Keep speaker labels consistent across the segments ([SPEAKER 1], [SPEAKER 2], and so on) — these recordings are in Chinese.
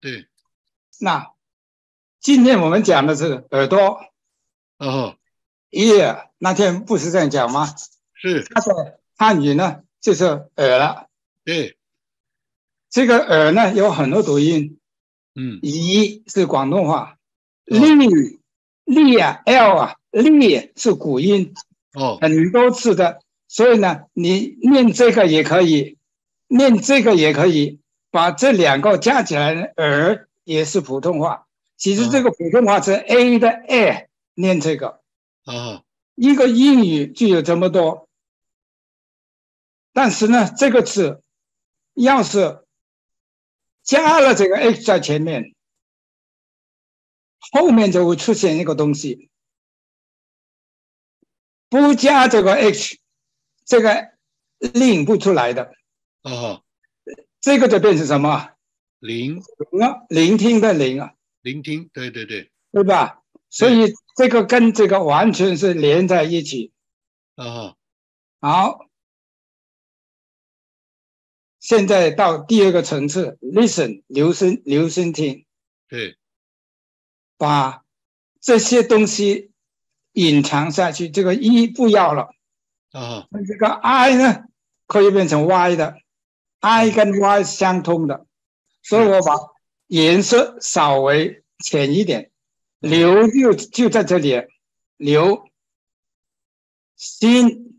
[SPEAKER 1] 对，
[SPEAKER 2] 那今天我们讲的是耳朵。
[SPEAKER 1] 哦，
[SPEAKER 2] 耶，那天不是这样讲吗？
[SPEAKER 1] 是，
[SPEAKER 2] 它的汉语呢就是耳了。
[SPEAKER 1] 对，
[SPEAKER 2] 这个耳呢有很多读音，
[SPEAKER 1] 嗯，
[SPEAKER 2] 一是广东话，
[SPEAKER 1] 哦
[SPEAKER 2] 力力啊 l 啊力是古音，
[SPEAKER 1] 哦，
[SPEAKER 2] 很多次的。所以呢，你念这个也可以，念这个也可以，把这两个加起来呢，耳也是普通话。其实这个普通话是 a 的 a 念这个，
[SPEAKER 1] 哦，
[SPEAKER 2] 一个英语就有这么多。但是呢，这个字要是加了这个 x 在前面，后面就会出现一个东西。不加这个 h，这个领不出来的，
[SPEAKER 1] 哦，
[SPEAKER 2] 这个就变成什么？
[SPEAKER 1] 聆
[SPEAKER 2] 聆啊，聆听的聆啊，
[SPEAKER 1] 聆听，对对对，
[SPEAKER 2] 对吧？所以这个跟这个完全是连在一起。
[SPEAKER 1] 哦，
[SPEAKER 2] 好，现在到第二个层次，listen，留心留心听，
[SPEAKER 1] 对，
[SPEAKER 2] 把这些东西隐藏下去。这个一不要了，
[SPEAKER 1] 哦，
[SPEAKER 2] 那这个 I 呢，可以变成 Y 的，I 跟 Y 相通的，所以我把颜色稍微浅一点，留就就在这里，留心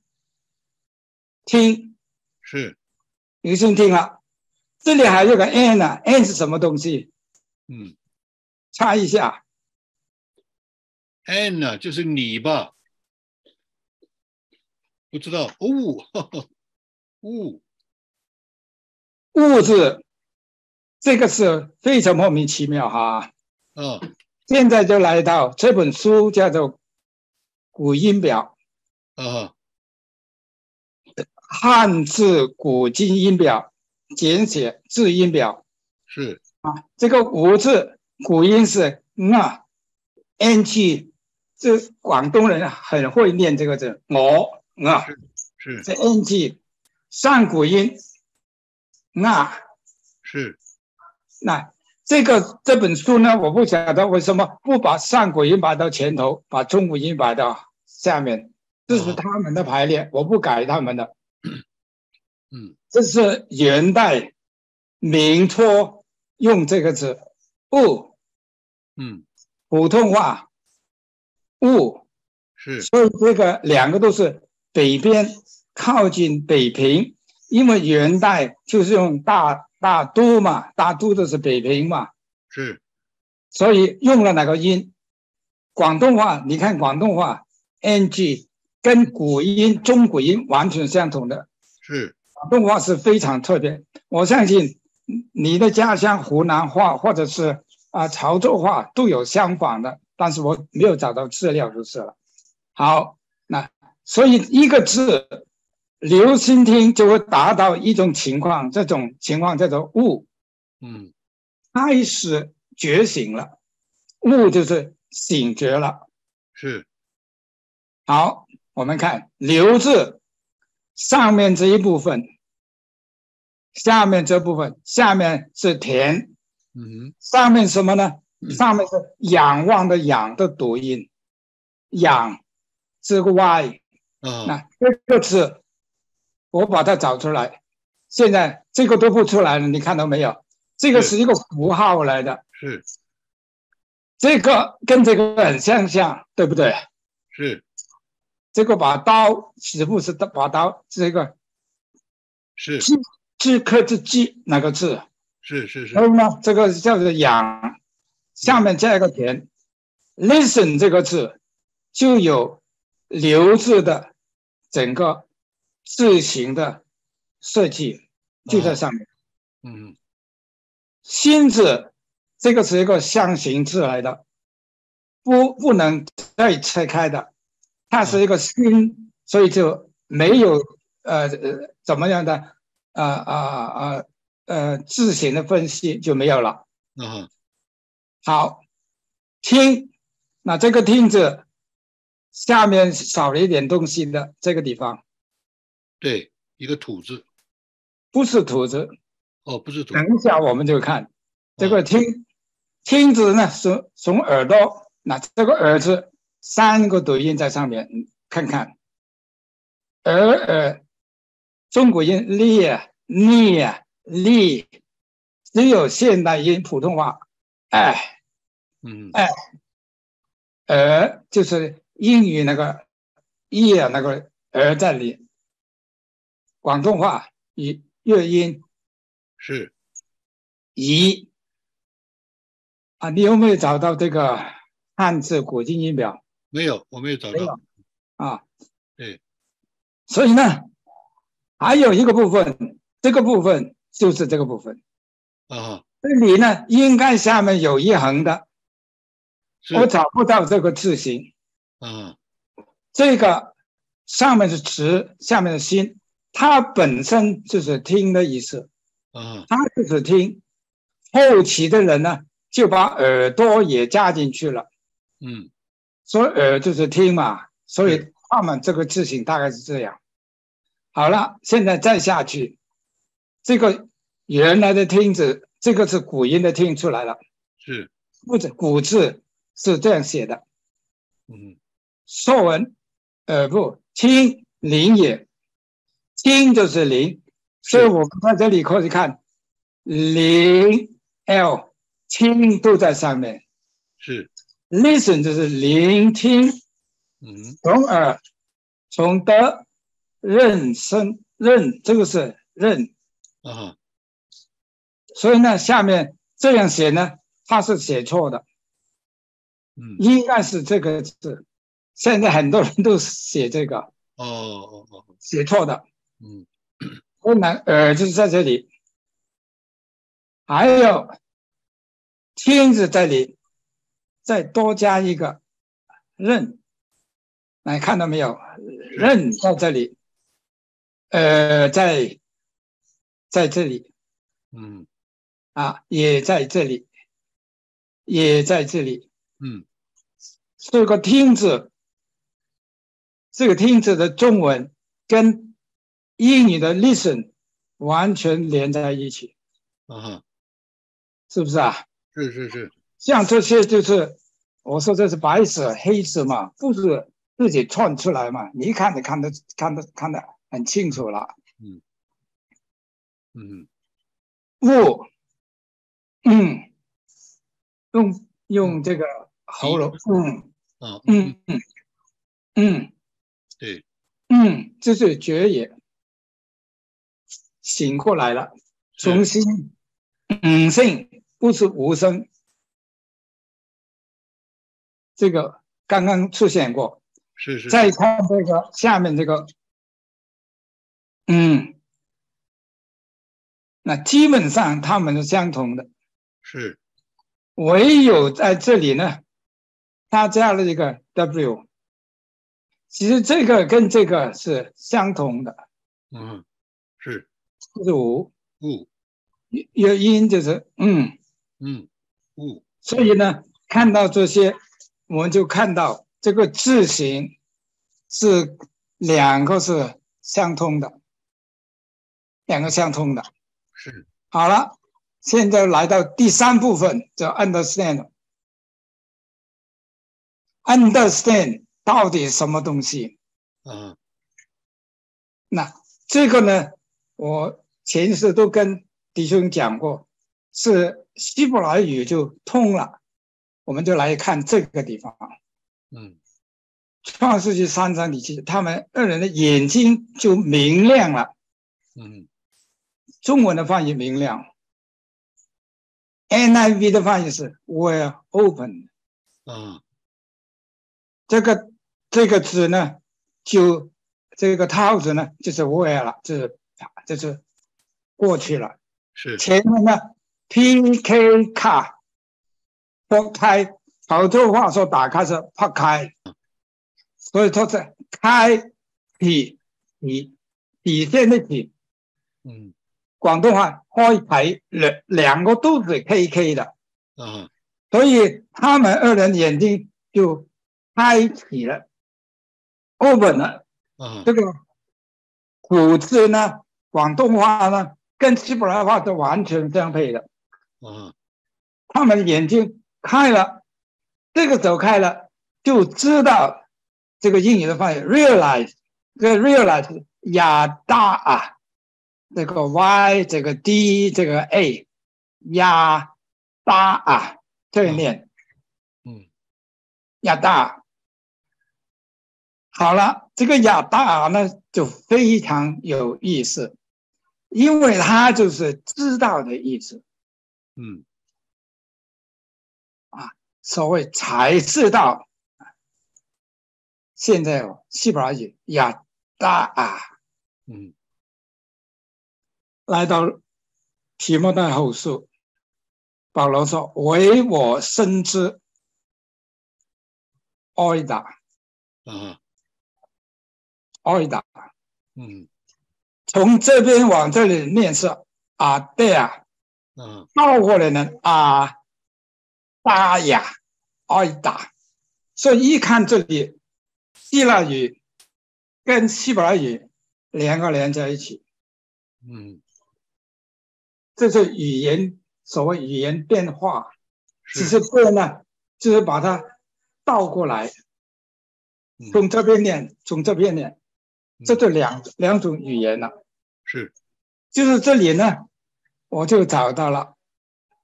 [SPEAKER 2] 听。
[SPEAKER 1] 是，
[SPEAKER 2] 留心听了，这里还有个 n 呢、啊、，n 是什么东西？
[SPEAKER 1] 嗯
[SPEAKER 2] 查一下，
[SPEAKER 1] ，and 呢就是你吧？不知道，哦，哈哈哦，
[SPEAKER 2] 物质，这个是非常莫名其妙哈。
[SPEAKER 1] 啊，
[SPEAKER 2] 现在就来到这本书叫做《古音表
[SPEAKER 1] 啊，》，
[SPEAKER 2] 汉字古今音表，简写字音表
[SPEAKER 1] 是，
[SPEAKER 2] 啊。这个五字古音是啊，n g，这广东人很会念这个字，我啊。
[SPEAKER 1] 是，
[SPEAKER 2] 这 n g 上古音，那
[SPEAKER 1] 是，
[SPEAKER 2] 那这个这本书呢，我不晓得为什么不把上古音摆到前头，把中古音摆到下面，这是
[SPEAKER 1] 哦
[SPEAKER 2] 他们的排列，我不改他们的。
[SPEAKER 1] 嗯，
[SPEAKER 2] 这是元代明初用这个字“物
[SPEAKER 1] 嗯，”，
[SPEAKER 2] 普通话“物”，
[SPEAKER 1] 是，
[SPEAKER 2] 所以这个两个都是北边靠近北平，因为元代就是用大大都嘛，大都就是北平嘛，
[SPEAKER 1] 是，
[SPEAKER 2] 所以用了哪个音？广东话，你看广东话 ng 跟古音、中古音完全相同的，
[SPEAKER 1] 是，
[SPEAKER 2] 广东话是非常特别。我相信嗯你的家乡湖南话或者是啊、潮州话都有相仿的，但是我没有找到资料就是了。好，那所以一个字留心听就会达到一种情况，这种情况叫做悟，
[SPEAKER 1] 嗯，
[SPEAKER 2] 开始觉醒了，悟就是醒觉了。
[SPEAKER 1] 是，
[SPEAKER 2] 好，我们看“留”字上面这一部分，下面这部分，下面是“田
[SPEAKER 1] 嗯”，
[SPEAKER 2] 上面什么呢？
[SPEAKER 1] 嗯
[SPEAKER 2] 上面是仰望的“仰”的读音，仰是个 y。
[SPEAKER 1] 哼，啊，
[SPEAKER 2] 那这个字，我把它找出来，现在这个都不出来了，你看到没有？这个
[SPEAKER 1] 是
[SPEAKER 2] 是一个符号来的，
[SPEAKER 1] 是，
[SPEAKER 2] 这个跟这个很相像，对不对？
[SPEAKER 1] 是，
[SPEAKER 2] 这个把刀，岂不是把刀？这个
[SPEAKER 1] 是，
[SPEAKER 2] 知客之知哪个字？
[SPEAKER 1] 是，是，是
[SPEAKER 2] 然，后呢，这个叫做养，下面加一个田。listen 这个字就有留字的整个字形的设计就在上面。
[SPEAKER 1] 嗯，
[SPEAKER 2] 心字这个是一个象形字来的，不不能再拆开的，它是一个心，所以就没有呃呃怎么样的呃呃呃呃字形的分析就没有了。
[SPEAKER 1] 啊，
[SPEAKER 2] 好，听，那这个听字下面少了一点东西的这个地方
[SPEAKER 1] 对，一个土字，
[SPEAKER 2] 不是土字，
[SPEAKER 1] 哦，不是土，
[SPEAKER 2] 等一下我们就看这个听听字呢是从耳朵，那这个耳字三个读音在上面，你看看，耳耳，中国音立立立，只有现代音普通话，哎
[SPEAKER 1] 嗯
[SPEAKER 2] 耳就是英语那个 ear 那个耳在里，广东话以粤音
[SPEAKER 1] 是
[SPEAKER 2] 咦，啊，你有没有找到这个汉字古今音表
[SPEAKER 1] 没有，我没有找
[SPEAKER 2] 没
[SPEAKER 1] 到
[SPEAKER 2] 有。啊？
[SPEAKER 1] 对，
[SPEAKER 2] 所以呢，还有一个部分，这个部分就是这个部分，
[SPEAKER 1] 啊，
[SPEAKER 2] 这里呢应该下面有一横的，
[SPEAKER 1] 是
[SPEAKER 2] 我找不到这个字形，
[SPEAKER 1] 啊，
[SPEAKER 2] 这个上面是直，下面是心，它本身就是听的意思，
[SPEAKER 1] 啊，
[SPEAKER 2] 它就是听。后期的人呢，就把耳朵也加进去了。
[SPEAKER 1] 嗯
[SPEAKER 2] 所以耳就是听嘛，所以
[SPEAKER 1] 对
[SPEAKER 2] 他们这个字形大概是这样。好了，现在再下去，这个原来的听字，这个是古音的听出来了，
[SPEAKER 1] 是
[SPEAKER 2] 或者古字是这样写的：
[SPEAKER 1] 嗯
[SPEAKER 2] 说文，耳不听灵也，听就是灵，所以我们在这里可以看灵 l 听都在上面
[SPEAKER 1] 是
[SPEAKER 2] ，listen 就是聆听。
[SPEAKER 1] 嗯
[SPEAKER 2] 从耳，从德，认生认，这个是认，
[SPEAKER 1] 啊
[SPEAKER 2] 所以呢，下面这样写呢，它是写错的，
[SPEAKER 1] 嗯
[SPEAKER 2] 应该是这个字。现在很多人都写这个，
[SPEAKER 1] 哦哦哦哦
[SPEAKER 2] 写错的。
[SPEAKER 1] 嗯
[SPEAKER 2] 所以呢，耳呃就是在这里，还有听字这里，再多加一个认，来看到没有？认在这里，呃，在在这里
[SPEAKER 1] 嗯
[SPEAKER 2] 啊，也在这里，也在这里。
[SPEAKER 1] 嗯
[SPEAKER 2] 这个听字，这个听字的中文跟英语的 listen 完全连在一起，
[SPEAKER 1] 啊，
[SPEAKER 2] 是不是啊？
[SPEAKER 1] 是是是
[SPEAKER 2] 像这些就是我说这是白纸黑字嘛，不是自己串出来嘛，你一看就看得看得看得很清楚了。
[SPEAKER 1] 嗯
[SPEAKER 2] 不，嗯，用用这个喉咙，嗯
[SPEAKER 1] 啊
[SPEAKER 2] 嗯嗯嗯
[SPEAKER 1] 对
[SPEAKER 2] 嗯，这是觉也，醒过来了，
[SPEAKER 1] 是
[SPEAKER 2] 重新，嗯性不是无声，这个刚刚出现过，
[SPEAKER 1] 是是
[SPEAKER 2] 再看这个下面这个，嗯，那基本上它们是相同的，
[SPEAKER 1] 是
[SPEAKER 2] 唯有在这里呢，它加了一个 W。其实这个跟这个是相同的，
[SPEAKER 1] 嗯是
[SPEAKER 2] 就是五，
[SPEAKER 1] 物
[SPEAKER 2] 有音就是嗯，
[SPEAKER 1] 嗯物
[SPEAKER 2] 所以呢，看到这些，我们就看到这个字形是两个是相通的，两个相通的。
[SPEAKER 1] 是
[SPEAKER 2] 好了，现在来到第三部分，叫 understand 了。understand 到底什么东西？
[SPEAKER 1] 啊
[SPEAKER 2] 那这个呢，我前世都跟弟兄讲过，是希伯来语就通了。我们就来看这个地方，《
[SPEAKER 1] 嗯
[SPEAKER 2] 创世纪》三章里记，他们二人的眼睛就明亮了。
[SPEAKER 1] 嗯
[SPEAKER 2] 中文的翻译明亮，NIV 的翻译是 “were open”。
[SPEAKER 1] 啊
[SPEAKER 2] 这个这个字呢，就这个套子呢，就是 were 了，就是啊就是过去了。
[SPEAKER 1] 是
[SPEAKER 2] 前面呢，PK 卡，拨开，潮州话说打开是拍开，所以它是开底底底线的底。
[SPEAKER 1] 嗯
[SPEAKER 2] 广东话开牌两两个都是 KK 的，
[SPEAKER 1] 啊
[SPEAKER 2] 所以他们二人眼睛就开启了，open 了。
[SPEAKER 1] 啊
[SPEAKER 2] 这个古字呢，广东话呢，跟希伯来话是完全相配的。
[SPEAKER 1] 啊
[SPEAKER 2] 他们眼睛开了，这个走开了，就知道这个英语的翻译 realize，这个 realize 亚大啊，这个 y 这个 d 这个 a 亚大啊，这个念
[SPEAKER 1] 嗯
[SPEAKER 2] 亚大。好了，这个亚大呢就非常有意思，因为它就是知道的意思。
[SPEAKER 1] 嗯
[SPEAKER 2] 所谓才是道。现在哦，希伯来语亚大啊，
[SPEAKER 1] 嗯
[SPEAKER 2] 来到提摩太后书，保罗说：“唯我深知爱达
[SPEAKER 1] 啊
[SPEAKER 2] 爱达。
[SPEAKER 1] 嗯”
[SPEAKER 2] 从这边往这里念是啊对啊，
[SPEAKER 1] 啊
[SPEAKER 2] 倒过来呢啊大呀爱达，所以一看这里希腊语跟希伯来语两个连在一起。
[SPEAKER 1] 嗯
[SPEAKER 2] 这是语言所谓语言变化，只
[SPEAKER 1] 是
[SPEAKER 2] 是变了，就是把它倒过来，
[SPEAKER 1] 嗯
[SPEAKER 2] 从这边念，从这边念，
[SPEAKER 1] 嗯
[SPEAKER 2] 这就两两种语言了。
[SPEAKER 1] 是
[SPEAKER 2] 就是这里呢，我就找到了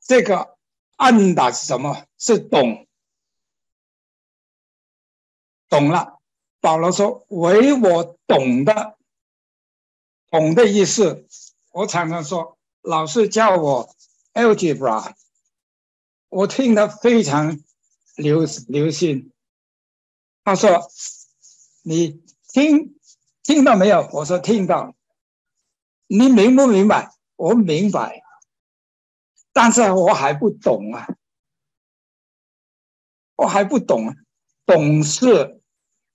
[SPEAKER 2] 这个暗打是什么？是懂，懂了。保罗说：“唯我懂的，懂的意思。”我常常说，老师叫我 algebra，我听得非常流流心。他说：“你听听到没有？”我说：“听到了。”你明不明白？我明白，啊但是我还不懂啊，我还不懂啊。懂事，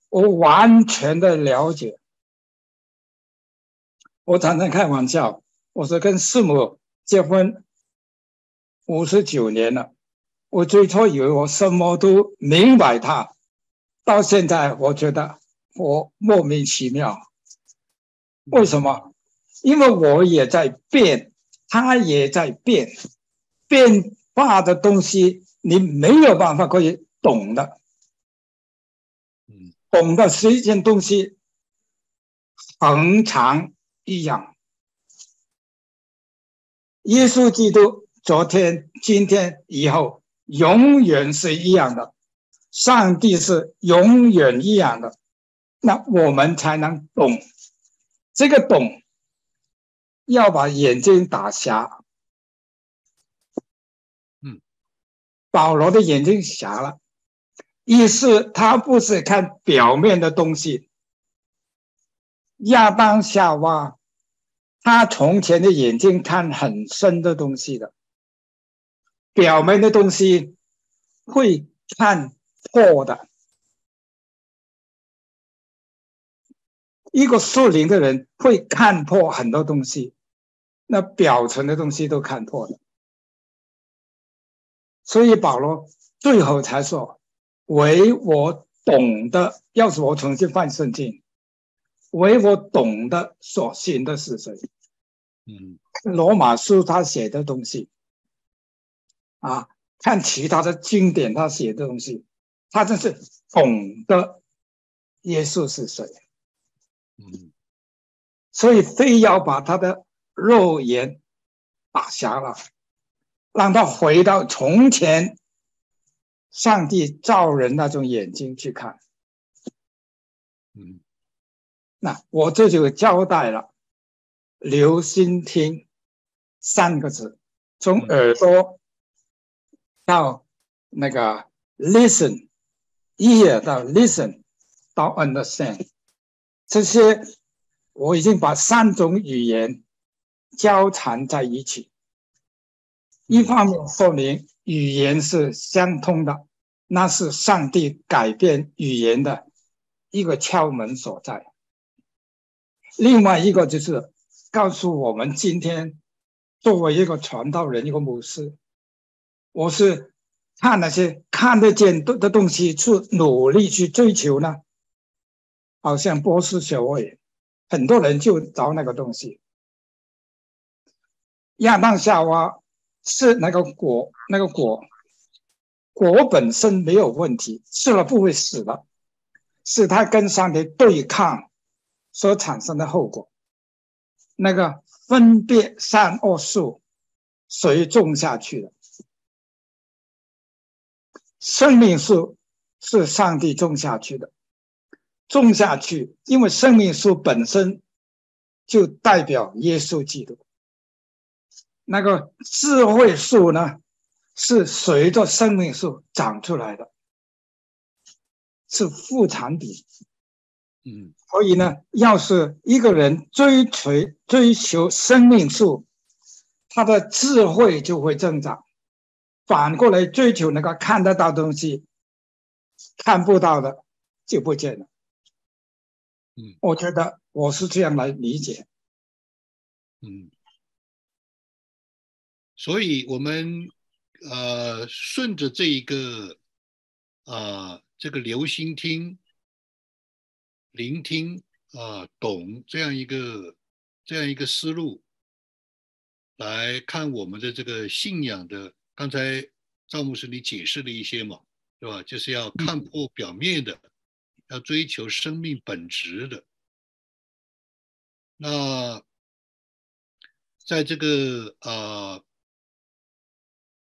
[SPEAKER 2] 我完全的了解。我常常开玩笑，我说跟师母结婚五十九年了，我最初以为我什么都明白她，到现在我觉得我莫名其妙，为什么？因为我也在变，他也在变，变化的东西你没有办法可以懂的，
[SPEAKER 1] 嗯
[SPEAKER 2] 懂的是一件东西，恒常一样。耶稣基督昨天、今天、以后，永远是一样的，上帝是永远一样的，那我们才能懂。这个懂要把眼睛打瞎。
[SPEAKER 1] 嗯，
[SPEAKER 2] 保罗的眼睛瞎了，意思他不是看表面的东西。亚当夏娃，他从前的眼睛看很深的东西的，表面的东西会看破的。一个树林的人会看破很多东西，那表层的东西都看破了。所以保罗最后才说：“唯我懂的，要是我重新翻圣经，唯我懂的所信的是谁？”
[SPEAKER 1] 嗯
[SPEAKER 2] 罗马书他写的东西，啊，看其他的经典他写的东西，他真是懂得耶稣是谁。
[SPEAKER 1] 嗯
[SPEAKER 2] 所以非要把他的肉眼打瞎了，让他回到从前上帝造人那种眼睛去看。
[SPEAKER 1] 嗯
[SPEAKER 2] 那我这就交代了，留心听三个字，从
[SPEAKER 1] 嗯
[SPEAKER 2] 耳朵到那个 listen ear 到 listen 到 understand，这些我已经把三种语言交缠在一起。一方面说明语言是相通的，那是上帝改变语言的一个窍门所在。另外一个就是告诉我们，今天作为一个传道人、一个牧师，我是看那些看得见的的东西去努力去追求呢。好像博士学位，很多人就找那个东西。亚当夏娃是那个果，那个果果本身没有问题，吃了不会死的，是它跟上帝对抗所产生的后果。那个分别善恶树，谁种下去的？生命树是上帝种下去的，种下去，因为生命树本身就代表耶稣基督。那个智慧树呢，是随着生命树长出来的，是副产品。
[SPEAKER 1] 嗯
[SPEAKER 2] 所以呢，要是一个人追随追求生命树，他的智慧就会增长；反过来追求那个看得到东西，看不到的就不见了。
[SPEAKER 1] 嗯，
[SPEAKER 2] 我觉得我是这样来理解。
[SPEAKER 1] 嗯，所以我们呃顺着这一个呃这个留心听、聆听啊、呃懂这样一个这样一个思路来看我们的这个信仰的。刚才赵牧师你解释了一些嘛，对吧？就是要看破表面的，要追求生命本质的。那在这个呃，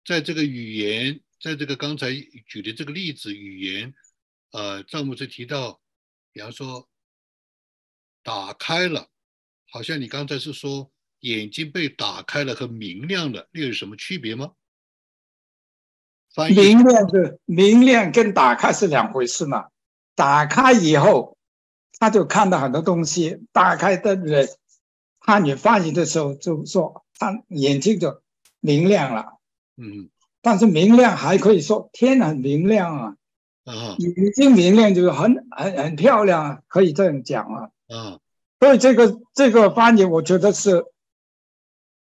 [SPEAKER 1] 在这个语言，在这个刚才举的这个例子，语言，呃，赵牧师提到，比方说打开了，好像你刚才是说眼睛被打开了和明亮了，又有什么区别吗？翻译
[SPEAKER 2] 明亮是明亮跟打开是两回事嘛。打开以后，他就看到很多东西。打开的人，汉语翻译的时候就说他眼睛就明亮了。
[SPEAKER 1] 嗯
[SPEAKER 2] 但是明亮还可以说天很明亮啊，
[SPEAKER 1] 啊
[SPEAKER 2] 已经明亮就是很很很漂亮啊，可以这样讲啊。
[SPEAKER 1] 啊
[SPEAKER 2] 所以这个这个翻译我觉得是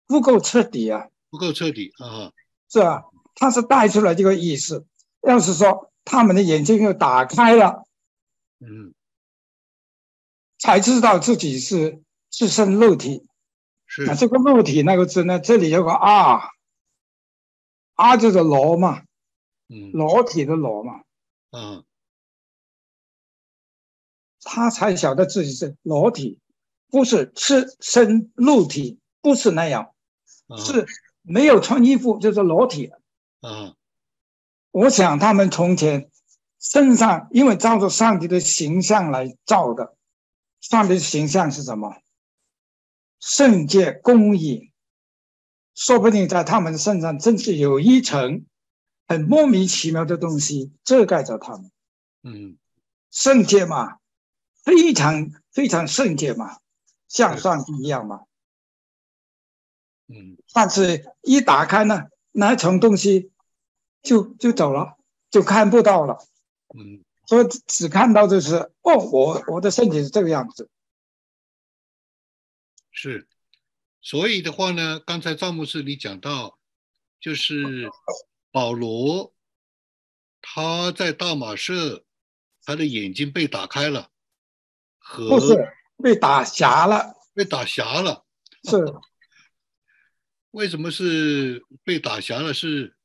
[SPEAKER 2] 不够彻底啊。
[SPEAKER 1] 不够彻底啊
[SPEAKER 2] 是吧？他是带出来这个意思。要是说他们的眼睛又打开了，
[SPEAKER 1] 嗯
[SPEAKER 2] 才知道自己是自身肉体。
[SPEAKER 1] 是
[SPEAKER 2] 啊，这个肉体那个字呢，这里有个啊，啊就是裸嘛，
[SPEAKER 1] 嗯
[SPEAKER 2] 裸体的裸嘛，
[SPEAKER 1] 啊
[SPEAKER 2] 他才晓得自己是裸体，不是赤身露体，不是那样，
[SPEAKER 1] 啊
[SPEAKER 2] 是没有穿衣服就是裸体。
[SPEAKER 1] 啊
[SPEAKER 2] 我想他们从前身上，因为照着上帝的形象来造的，上帝的形象是什么？圣洁、公义。说不定在他们身上真是有一层很莫名其妙的东西遮盖着他们。
[SPEAKER 1] 嗯
[SPEAKER 2] 圣洁嘛，非常非常圣洁嘛，像
[SPEAKER 1] 对
[SPEAKER 2] 上帝一样嘛。
[SPEAKER 1] 嗯
[SPEAKER 2] 但是一打开呢，那层东西就就走了，就看不到了。
[SPEAKER 1] 嗯
[SPEAKER 2] 所以只看到就是哦，我我的身体是这个样子，
[SPEAKER 1] 是，所以的话呢，刚才赵牧师你讲到，就是保罗，他在大马士，他的眼睛被打开了，
[SPEAKER 2] 不是
[SPEAKER 1] 和
[SPEAKER 2] 被打瞎了，
[SPEAKER 1] 被打瞎了。
[SPEAKER 2] 是
[SPEAKER 1] 为什么是被打瞎了？是，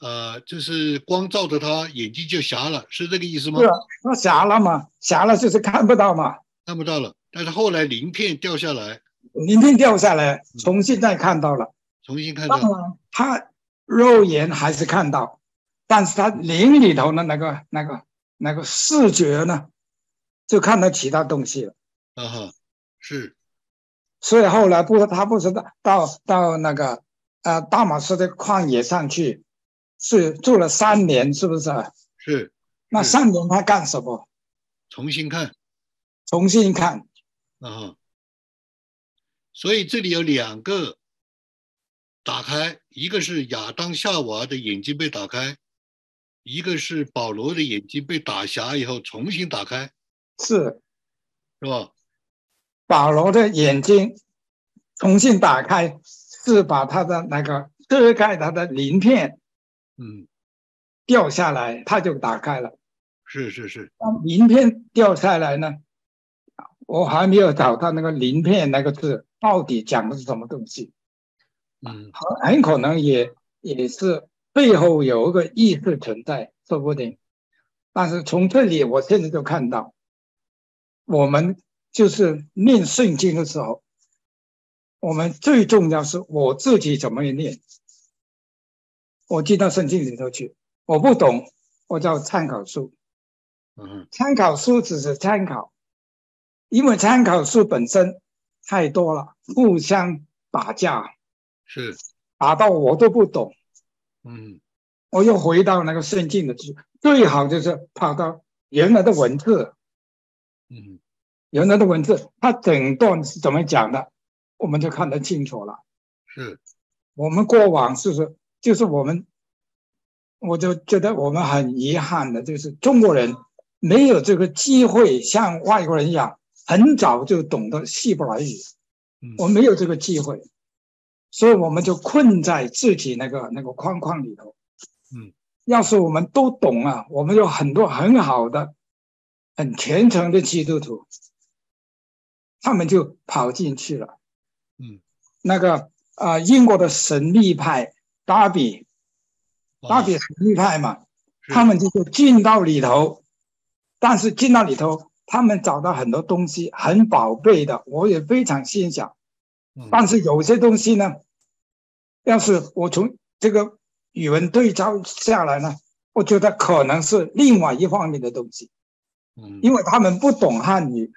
[SPEAKER 1] 呃，就是光照着他眼睛就瞎了，是这个意思吗
[SPEAKER 2] 是？啊那瞎了嘛，瞎了就是看不到嘛，
[SPEAKER 1] 看不到了。但是后来鳞片掉下来，
[SPEAKER 2] 鳞片掉下来，重新再看到了。
[SPEAKER 1] 重新看
[SPEAKER 2] 当
[SPEAKER 1] 到，
[SPEAKER 2] 然，他肉眼还是看到，但是他灵里头的那个那个那个视觉呢，就看到其他东西了。
[SPEAKER 1] 啊哈，是，
[SPEAKER 2] 所以后来不是他不是到到到那个呃大马士的旷野上去，是住了三年，是不是？啊
[SPEAKER 1] 是，
[SPEAKER 2] 那
[SPEAKER 1] 是
[SPEAKER 2] 三年他干什么？
[SPEAKER 1] 重新看。
[SPEAKER 2] 重新看，
[SPEAKER 1] 啊、所以这里有两个打开，一个是亚当夏娃的眼睛被打开，一个是保罗的眼睛被打瞎以后重新打开，
[SPEAKER 2] 是
[SPEAKER 1] 是吧？
[SPEAKER 2] 保罗的眼睛重新打开，是把他的那个遮盖他的鳞片
[SPEAKER 1] 嗯，
[SPEAKER 2] 掉下来，他就打开了。
[SPEAKER 1] 是是是，
[SPEAKER 2] 当鳞片掉下来呢，我还没有找到那个鳞片那个字到底讲的是什么东西。
[SPEAKER 1] 嗯
[SPEAKER 2] 很很可能也也是背后有一个意识存在，说不定。但是从这里，我现在就看到，我们就是念圣经的时候，我们最重要是我自己怎么念，我进到圣经里头去，我不懂，我叫参考书。
[SPEAKER 1] 嗯
[SPEAKER 2] 参考书只是参考，因为参考书本身太多了，互相打架，
[SPEAKER 1] 是
[SPEAKER 2] 打到我都不懂。
[SPEAKER 1] 嗯
[SPEAKER 2] 我哦又回到那个圣经的知识，最好就是跑到原来的文字，
[SPEAKER 1] 嗯
[SPEAKER 2] 原来的文字，它整段是怎么讲的，我们就看得清楚了。
[SPEAKER 1] 是
[SPEAKER 2] 我们过往是是就是我们，我就觉得我们很遗憾的，就是中国人没有这个机会像外国人一样，很早就懂得希伯来语，
[SPEAKER 1] 嗯
[SPEAKER 2] 我们没有这个机会，所以我们就困在自己那个那个框框里头。
[SPEAKER 1] 嗯，
[SPEAKER 2] 要是我们都懂啊，我们有很多很好的、很虔诚的基督徒，他们就跑进去了。
[SPEAKER 1] 嗯，
[SPEAKER 2] 那个啊、呃英国的神秘派达比，达比
[SPEAKER 1] 哦
[SPEAKER 2] 神秘派嘛，
[SPEAKER 1] 是
[SPEAKER 2] 他们就是进到里头，但是进到里头，他们找到很多东西很宝贝的，我也非常欣赏。
[SPEAKER 1] 嗯
[SPEAKER 2] 但是有些东西呢，要是我从这个语文对照下来呢，我觉得可能是另外一方面的东西，
[SPEAKER 1] 嗯
[SPEAKER 2] 因为他们不懂汉语，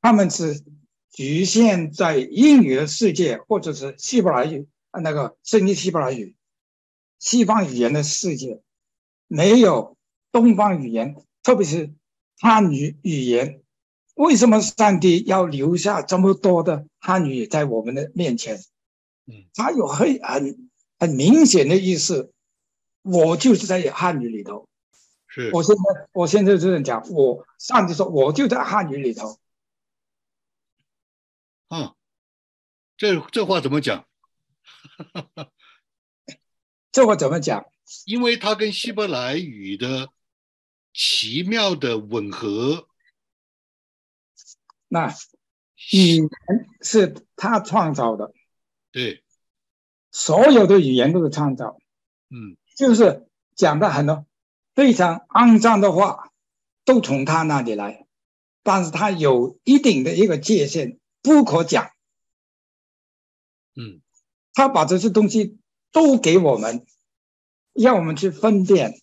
[SPEAKER 2] 他们只局限在英语的世界或者是希伯来语呃那个圣经希伯来语，西方语言的世界，没有东方语言，特别是汉语语言。为什么上帝要留下这么多的汉语在我们的面前？
[SPEAKER 1] 嗯，
[SPEAKER 2] 他有很很很明显的意思，我就是在汉语里头。
[SPEAKER 1] 是
[SPEAKER 2] 我现在我现在就是讲，我上帝说我就在汉语里头。
[SPEAKER 1] 啊，这这话怎么讲？
[SPEAKER 2] 这个怎么讲？
[SPEAKER 1] 因为它跟希伯来语的奇妙的吻
[SPEAKER 2] 嗯
[SPEAKER 1] 合，
[SPEAKER 2] 那语言是他创造的，
[SPEAKER 1] 对，
[SPEAKER 2] 所有的语言都是创造，
[SPEAKER 1] 嗯
[SPEAKER 2] 就是讲的很多非常肮脏的话，都从他那里来，但是他有一定的一个界限，不可讲。
[SPEAKER 1] 嗯
[SPEAKER 2] 他把这些东西都给我们，让我们去分辨，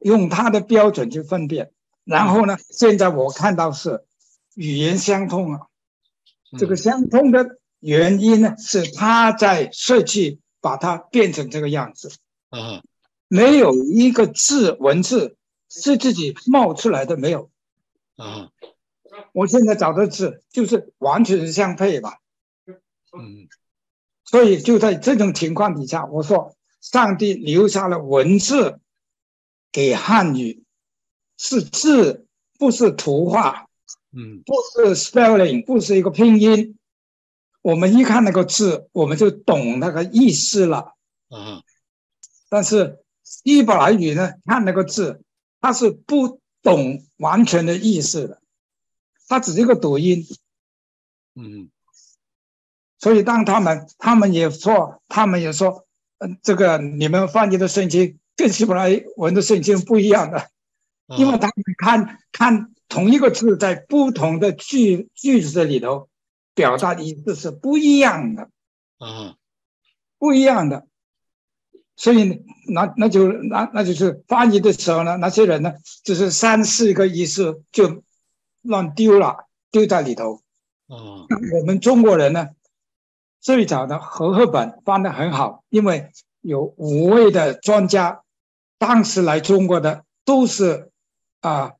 [SPEAKER 2] 用他的标准去分辨。然后呢，现在我看到是语言相通啊，
[SPEAKER 1] 嗯
[SPEAKER 2] 这个相通的原因呢，是他在设计把它变成这个样子，
[SPEAKER 1] 啊
[SPEAKER 2] 没有一个字文字是自己冒出来的，没有。
[SPEAKER 1] 啊
[SPEAKER 2] 我现在找的字就是完全是相配吧。
[SPEAKER 1] 嗯
[SPEAKER 2] 所以就在这种情况底下，我说上帝留下了文字给汉语，是字，不是图画，
[SPEAKER 1] 嗯
[SPEAKER 2] 不是 spelling，不是一个拼音。我们一看那个字，我们就懂那个意思了。
[SPEAKER 1] 啊
[SPEAKER 2] 但是希伯来语呢，看那个字，它是不懂完全的意思的，它只是一个读音。
[SPEAKER 1] 嗯
[SPEAKER 2] 所以当他们，他们也说，他们也说，嗯，这个你们翻译的圣经跟希伯来文的圣经不一样的，
[SPEAKER 1] 啊
[SPEAKER 2] 因为他们看看同一个字在不同的句句子里头表达的意思是不一样的，
[SPEAKER 1] 啊
[SPEAKER 2] 不一样的。所以那那就那那就是翻译的时候呢，那些人呢，就是三四个意思就乱丢了，丢在里头。
[SPEAKER 1] 啊
[SPEAKER 2] 我们中国人呢，最早的和合本翻得很好，因为有五位的专家，当时来中国的都是啊、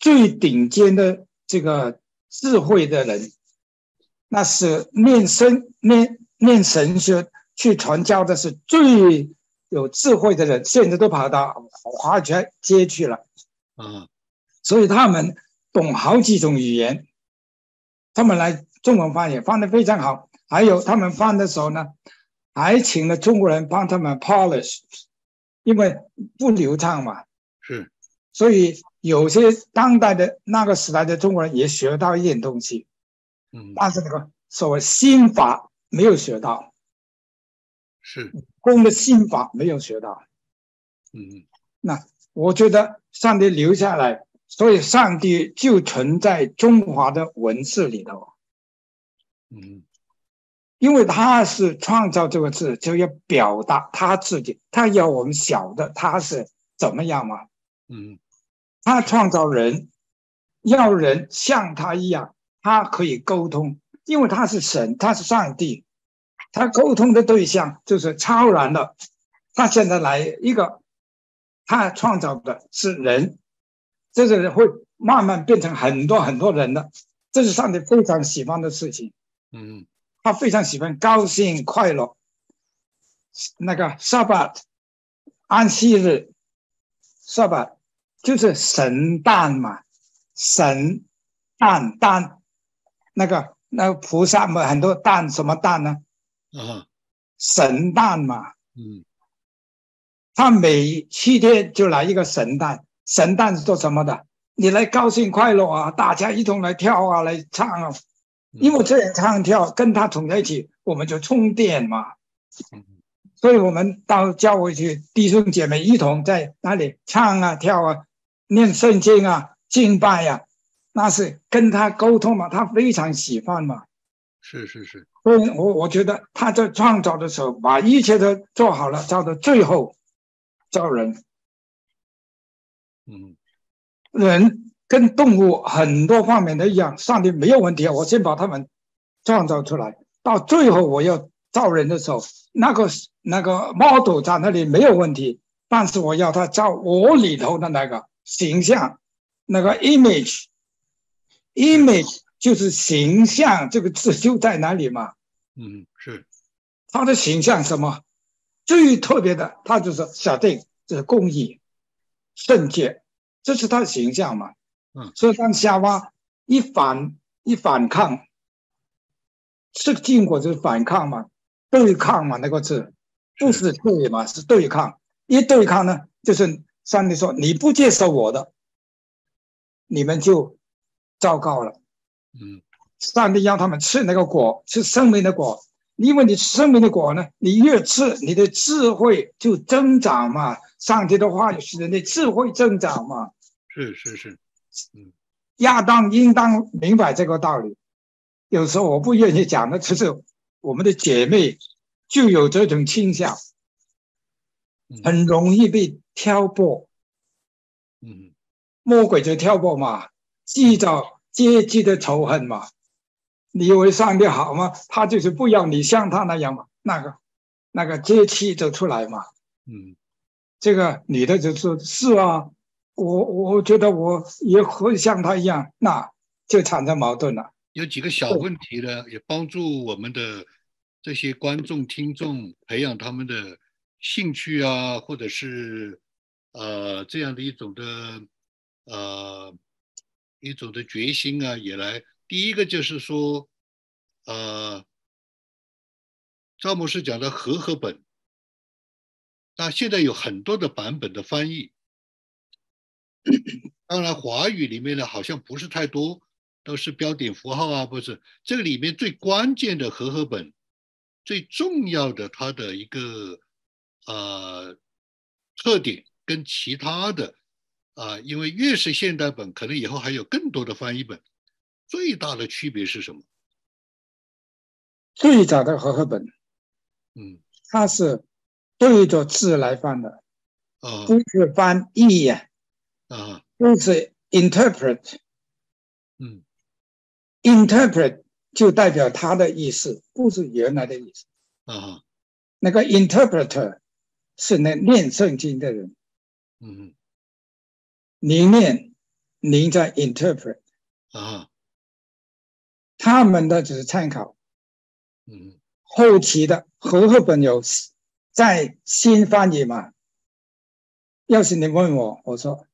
[SPEAKER 2] 最顶尖的这个智慧的人，那是念神念念神学去传教的是最有智慧的人，现在都跑到华侨街去了。
[SPEAKER 1] 啊
[SPEAKER 2] 所以他们懂好几种语言，他们来中文翻译翻得非常好。还有他们翻的时候呢，还请了中国人帮他们 polish，因为不流畅嘛，
[SPEAKER 1] 是
[SPEAKER 2] 所以有些当代的那个时代的中国人也学到一点东西，
[SPEAKER 1] 嗯
[SPEAKER 2] 但是那个所谓心法没有学到，
[SPEAKER 1] 是，
[SPEAKER 2] 公的心法没有学到。
[SPEAKER 1] 嗯
[SPEAKER 2] 我觉得上帝留下来，所以上帝就存在中华的文字里头，
[SPEAKER 1] 嗯
[SPEAKER 2] 因为他是创造这个字，就要表达他自己，他要我们晓得他是怎么样嘛。
[SPEAKER 1] 嗯
[SPEAKER 2] 他创造人，要人像他一样，他可以沟通，因为他是神，他是上帝，他沟通的对象就是超然的。他现在来一个，他创造的是人，这个人会慢慢变成很多很多人的，这是上帝非常喜欢的事情。
[SPEAKER 1] 嗯
[SPEAKER 2] 他非常喜欢高兴快乐，那个 s a b b 安息日 s a b 就是神诞嘛，神诞诞，那个那个菩萨们很多诞什么诞呢？
[SPEAKER 1] 啊
[SPEAKER 2] 神诞嘛，
[SPEAKER 1] 嗯
[SPEAKER 2] 他每七天就来一个神诞，神诞是做什么的？你来高兴快乐啊，大家一同来跳啊，来唱啊，
[SPEAKER 1] 嗯
[SPEAKER 2] 因为这样唱跳跟他同在一起，我们就充电嘛。
[SPEAKER 1] 嗯
[SPEAKER 2] 所以我们到教会去，弟兄姐妹一同在那里唱啊、跳啊、念圣经啊、敬拜呀、那是跟他沟通嘛，他非常喜欢嘛。
[SPEAKER 1] 是是是
[SPEAKER 2] 所以我我觉得他在创造的时候，把一切都做好了，到到最后造人，
[SPEAKER 1] 嗯
[SPEAKER 2] 人跟动物很多方面都一样，上帝没有问题啊，我先把他们创造出来，到最后我要造人的时候，那个那个 model 在那里没有问题，但是我要他照我里头的那个形象，那个 image，image 就是形象这个字就在哪里嘛，
[SPEAKER 1] 嗯是
[SPEAKER 2] 他的形象什么最特别的，他就是小定，就是公义、圣洁，这是他的形象嘛。
[SPEAKER 1] 嗯，
[SPEAKER 2] 所以当夏娃一反一反抗，是禁果就是反抗嘛，对抗嘛那个字，不是对嘛，是对抗。一对抗呢，就是上帝说你不接受我的，你们就糟糕了。
[SPEAKER 1] 嗯
[SPEAKER 2] 上帝让他们吃那个果，吃生命的果。因为你吃生命的果呢，你越吃，你的智慧就增长嘛。上帝的话语使人的智慧增长嘛。
[SPEAKER 1] 是是是
[SPEAKER 2] 亚当应当明白这个道理。有时候我不愿意讲的，就是我们的姐妹就有这种倾向，
[SPEAKER 1] 嗯
[SPEAKER 2] 很容易被挑拨。
[SPEAKER 1] 嗯
[SPEAKER 2] 魔鬼就挑拨嘛，制造阶级的仇恨嘛。你以为上帝好吗？他就是不要你像他那样嘛，那个那个阶级就出来嘛。
[SPEAKER 1] 嗯
[SPEAKER 2] 这个女的就说：“是啊，我我觉得我也会像他一样。”那就产生矛盾了。
[SPEAKER 1] 有几个小问题呢，也帮助我们的这些观众听众培养他们的兴趣啊，或者是呃这样的一种的呃一种的决心啊，也来。第一个就是说，呃，赵牧师讲的和合本，那现在有很多的版本的翻译， 当然华语里面呢好像不是太多，都是标点符号啊，不是这个里面最关键的和合本，最重要的它的一个呃特点跟其他的啊、因为越是现代本，可能以后还有更多的翻译本，最大的区别是什么？
[SPEAKER 2] 最早的和合本，
[SPEAKER 1] 嗯
[SPEAKER 2] 它是对着字来翻的，
[SPEAKER 1] 啊
[SPEAKER 2] 不是翻译呀、
[SPEAKER 1] 啊
[SPEAKER 2] 不是 interpret。
[SPEAKER 1] 嗯
[SPEAKER 2] interpret 就代表它的意思，不是原来的意思。
[SPEAKER 1] 啊
[SPEAKER 2] 那个 interpreter 是那念圣经的人，
[SPEAKER 1] 嗯
[SPEAKER 2] 您念，您在 interpret，
[SPEAKER 1] 啊
[SPEAKER 2] 他们的只是参考。
[SPEAKER 1] 嗯
[SPEAKER 2] 后期的和合本有在新翻译嘛？要是你问我，我说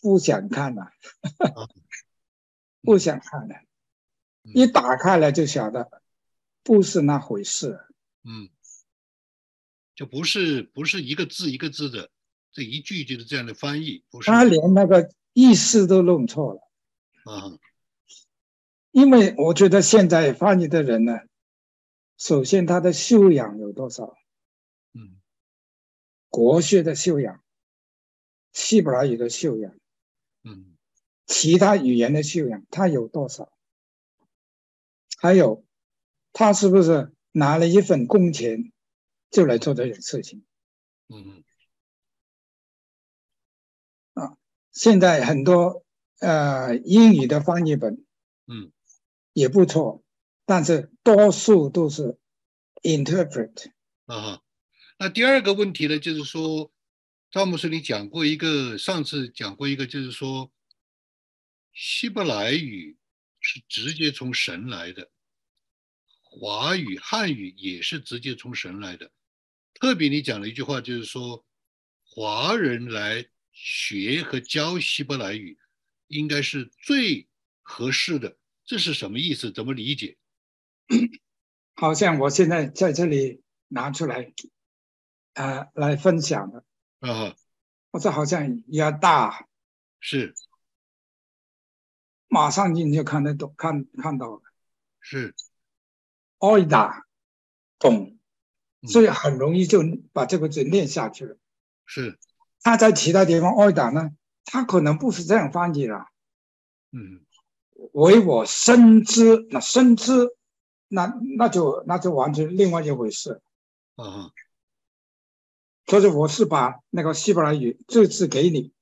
[SPEAKER 2] 不想看了、
[SPEAKER 1] 嗯
[SPEAKER 2] 不想看了、一打开来就晓得不是那回事。
[SPEAKER 1] 嗯，就不是不是一个字一个字的这一句一句的这样的翻译，不是
[SPEAKER 2] 他连那个意思都弄错了，
[SPEAKER 1] 啊
[SPEAKER 2] 因为我觉得现在翻译的人呢，首先他的修养有多少？
[SPEAKER 1] 嗯
[SPEAKER 2] 国学的修养，希伯来语的修养，
[SPEAKER 1] 嗯
[SPEAKER 2] 其他语言的修养，他有多少？还有，他是不是拿了一份工钱就来做这种事情？
[SPEAKER 1] 嗯
[SPEAKER 2] 现在很多呃英语的翻译本，
[SPEAKER 1] 嗯，
[SPEAKER 2] 也不错，但是多数都是 interpret，
[SPEAKER 1] 啊哈。那第二个问题呢，就是说，詹姆斯你讲过一个，上次讲过一个，就是说，希伯来语是直接从神来的，华语、汉语也是直接从神来的。特别你讲了一句话，就是说，华人来学和教希伯来语，应该是最合适的。这是什么意思？怎么理解？
[SPEAKER 2] 好像我现在在这里拿出来，呃，来分享的，
[SPEAKER 1] 啊哈，
[SPEAKER 2] 我这好像压大，
[SPEAKER 1] 是
[SPEAKER 2] 马上你就看得懂，看看到了。
[SPEAKER 1] 是，
[SPEAKER 2] 爱打懂，
[SPEAKER 1] 嗯
[SPEAKER 2] 所以很容易就把这个字念下去了。
[SPEAKER 1] 是，
[SPEAKER 2] 他在其他地方爱打呢，他可能不是这样翻译了。
[SPEAKER 1] 嗯
[SPEAKER 2] 唯我深知，那深知，那那就那就完全另外一回事。
[SPEAKER 1] 啊哈，
[SPEAKER 2] 所以我是把那个希伯来语这字给你，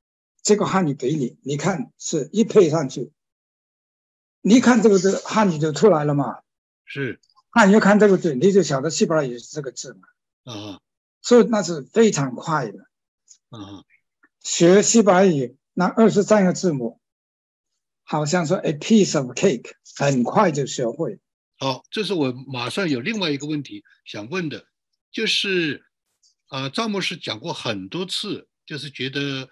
[SPEAKER 2] 这个汉语给你，你看是一配上去，你一看这个字汉语就出来了嘛。
[SPEAKER 1] 是
[SPEAKER 2] 汉语看这个字，你就晓得希伯来语是这个字嘛。
[SPEAKER 1] 啊哈
[SPEAKER 2] 所以那是非常快的。
[SPEAKER 1] 啊哈，
[SPEAKER 2] 学西班牙语那二十三个字母，好像说 a piece of cake，很快就学会。
[SPEAKER 1] 好，这是我马上有另外一个问题想问的，就是啊、赵牧师讲过很多次，就是觉得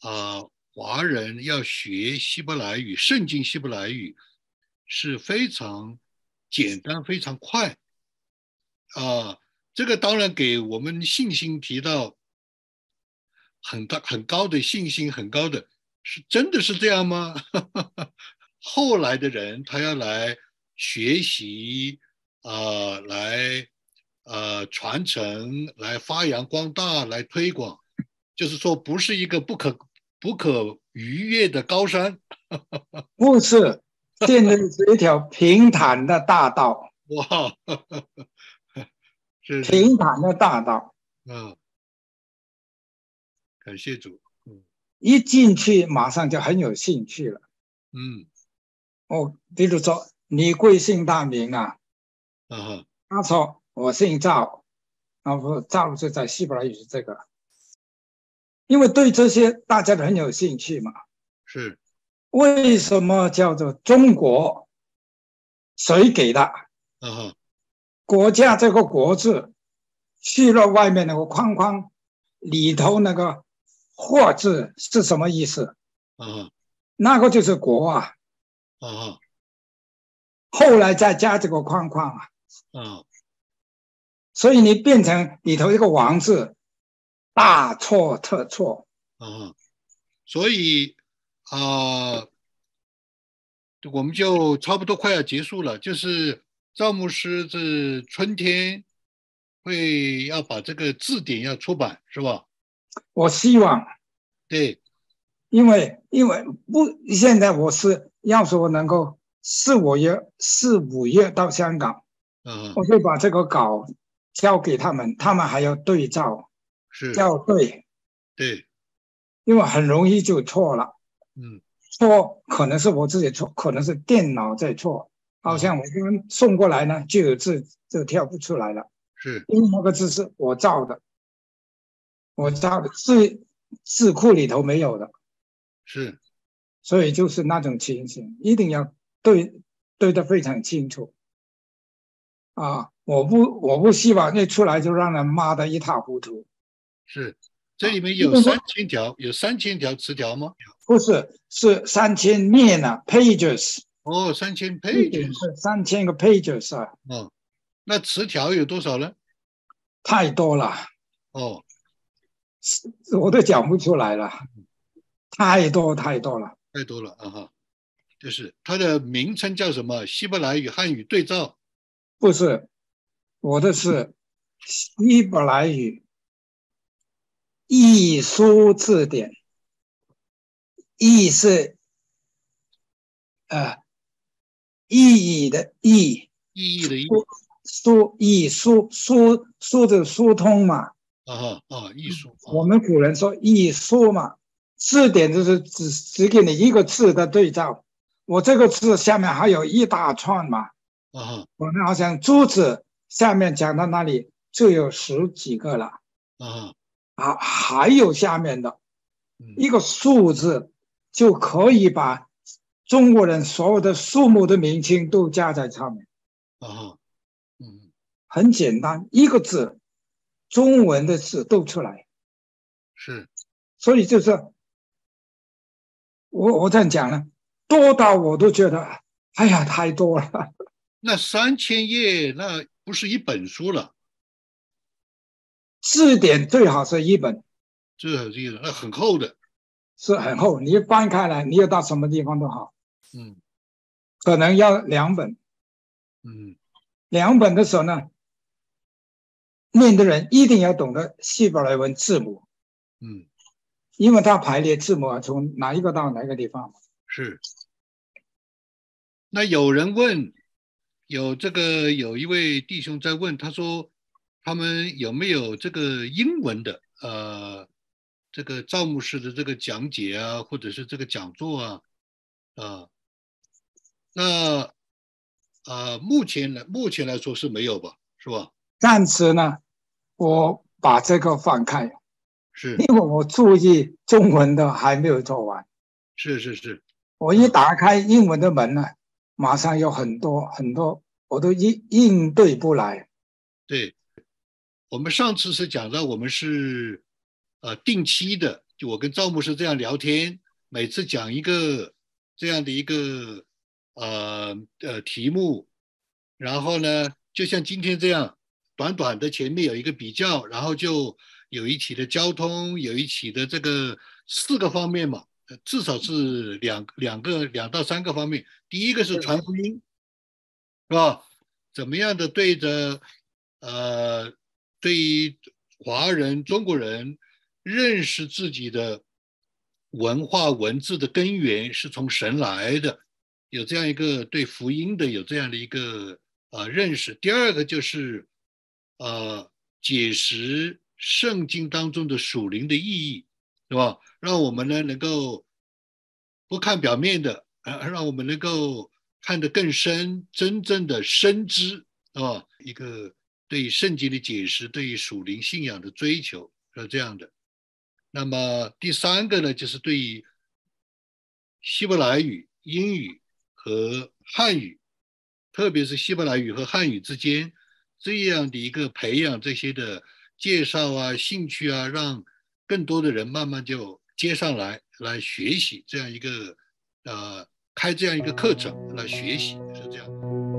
[SPEAKER 1] 啊、华人要学希伯来语、圣经希伯来语是非常简单、非常快啊、这个当然给我们信心提到很大很高的信心，很高的，是真的是这样吗？ 后来的人他要来学习，啊，来呃传承，来发扬光大，来推广，就是说不是一个不可不可逾越的高山。
[SPEAKER 2] 不是，现在是一条平坦的大道，
[SPEAKER 1] 哇， 是是
[SPEAKER 2] 平坦的大道，
[SPEAKER 1] 啊，感谢主，
[SPEAKER 2] 一进去马上就很有兴趣了。
[SPEAKER 1] 嗯
[SPEAKER 2] 哦，比如说你贵姓大名啊？
[SPEAKER 1] 啊哈
[SPEAKER 2] 他说我姓赵，然后赵就在希伯来语是这个，因为对这些大家都很有兴趣嘛。
[SPEAKER 1] 是
[SPEAKER 2] 为什么叫做中国？谁给的？
[SPEAKER 1] 啊哈
[SPEAKER 2] 国家这个“国”字，去了外面那个框框，里头那个“或”字是什么意思？
[SPEAKER 1] 啊哈
[SPEAKER 2] 那个就是国啊。
[SPEAKER 1] 啊哈
[SPEAKER 2] 后来再加这个框框啊，
[SPEAKER 1] 啊
[SPEAKER 2] 所以你变成里头一个“王”字，大错特错。
[SPEAKER 1] 啊哈，所以啊、我们就差不多快要结束了。就是赵牧师这春天会要把这个字典要出版，是吧？
[SPEAKER 2] 我希望，
[SPEAKER 1] 对，
[SPEAKER 2] 因为因为不，现在我是要是我能够四五月四五月到香港。
[SPEAKER 1] 嗯、
[SPEAKER 2] 我会把这个稿交给他们，他们还要对照
[SPEAKER 1] 是，
[SPEAKER 2] 校对，
[SPEAKER 1] 对，
[SPEAKER 2] 因为很容易就错了。
[SPEAKER 1] 嗯
[SPEAKER 2] 错可能是我自己错，可能是电脑在错。好像我刚刚送过来呢，就有字就跳不出来了，
[SPEAKER 1] 是，
[SPEAKER 2] 因为那个字是我造的，我造的字字库里头没有的，
[SPEAKER 1] 是，
[SPEAKER 2] 所以就是那种情形，一定要对对得非常清楚。啊，我不我不希望一出来就让人骂得一塌糊涂。
[SPEAKER 1] 是。这里面
[SPEAKER 2] 那
[SPEAKER 1] 有
[SPEAKER 2] 我
[SPEAKER 1] 三千条，有三千条词条吗？
[SPEAKER 2] 不是，是三千面啊，pages，
[SPEAKER 1] 哦，三千
[SPEAKER 2] 一
[SPEAKER 1] pages
[SPEAKER 2] 点是三千个 pages 啊，
[SPEAKER 1] 哦，那词条有多少呢？
[SPEAKER 2] 太多了，
[SPEAKER 1] 哦，
[SPEAKER 2] 我都讲不出来了，太多太多了。
[SPEAKER 1] 太多了啊哈，就是它的名称叫什么？希伯来语、汉语对照
[SPEAKER 2] 不是，我的是希伯来语译书字典，译是呃意义的意，
[SPEAKER 1] 意义的意
[SPEAKER 2] 疏意疏疏疏的疏通嘛。
[SPEAKER 1] 啊哈啊，艺术啊
[SPEAKER 2] 我们古人说一说嘛，字典就是只只给你一个字的对照。我这个字下面还有一大串嘛，
[SPEAKER 1] 啊哈
[SPEAKER 2] 我们好像珠子下面讲到那里就有十几个了
[SPEAKER 1] 啊哈，
[SPEAKER 2] 啊，还有下面的
[SPEAKER 1] 嗯
[SPEAKER 2] 一个数字就可以把中国人所有的数目的名称都加在上面，
[SPEAKER 1] 啊哈，嗯，
[SPEAKER 2] 很简单，一个字，中文的字都出来。
[SPEAKER 1] 是
[SPEAKER 2] 所以就是我我这样讲呢，多到我都觉得，哎呀，太多了。
[SPEAKER 1] 那三千页那不是一本书了，
[SPEAKER 2] 字典最好是一本，
[SPEAKER 1] 这很厉害，那很厚的，
[SPEAKER 2] 是很厚，你一翻开来，你要到什么地方都好，
[SPEAKER 1] 嗯
[SPEAKER 2] 可能要两本。
[SPEAKER 1] 嗯
[SPEAKER 2] 两本的时候呢，念的人一定要懂得希伯来文字母，
[SPEAKER 1] 嗯，
[SPEAKER 2] 因为它排列字母啊，从哪一个到哪一个地方。
[SPEAKER 1] 是。那有人问，有这个有一位弟兄在问，他说他们有没有这个英文的呃这个赵牧师的这个讲解啊，或者是这个讲座啊啊、那呃目前来目前来说是没有吧，是吧？
[SPEAKER 2] 暂时呢，我把这个放开，
[SPEAKER 1] 是
[SPEAKER 2] 因为我注意中文的还没有做完。
[SPEAKER 1] 是是是，
[SPEAKER 2] 我一打开英文的门呢，马上有很多很多，我都应应对不来。
[SPEAKER 1] 对。我们上次是讲到我们是呃定期的，就我跟赵牧师这样聊天，每次讲一个这样的一个呃呃题目，然后呢，就像今天这样，短短的前面有一个比较，然后就有一起的交通，有一起的这个四个方面嘛，呃至少是两两个两到三个方面。第一个是传福音，是吧？怎么样的对着呃，对于华人、中国人认识自己的文化文字的根源是从神来的，有这样一个对福音的有这样的一个呃认识。第二个就是呃解释圣经当中的属灵的意义，是吧？让我们呢能够不看表面的，呃，让我们能够看得更深，真正的深知啊，一个对圣经的解释，对于属灵信仰的追求是这样的。那么第三个呢，就是对于希伯来语、英语和汉语，特别是希伯来语和汉语之间这样的一个培养这些的介绍啊、兴趣啊，让更多的人慢慢就接上来来学习这样一个呃开这样一个课程来学习是这样。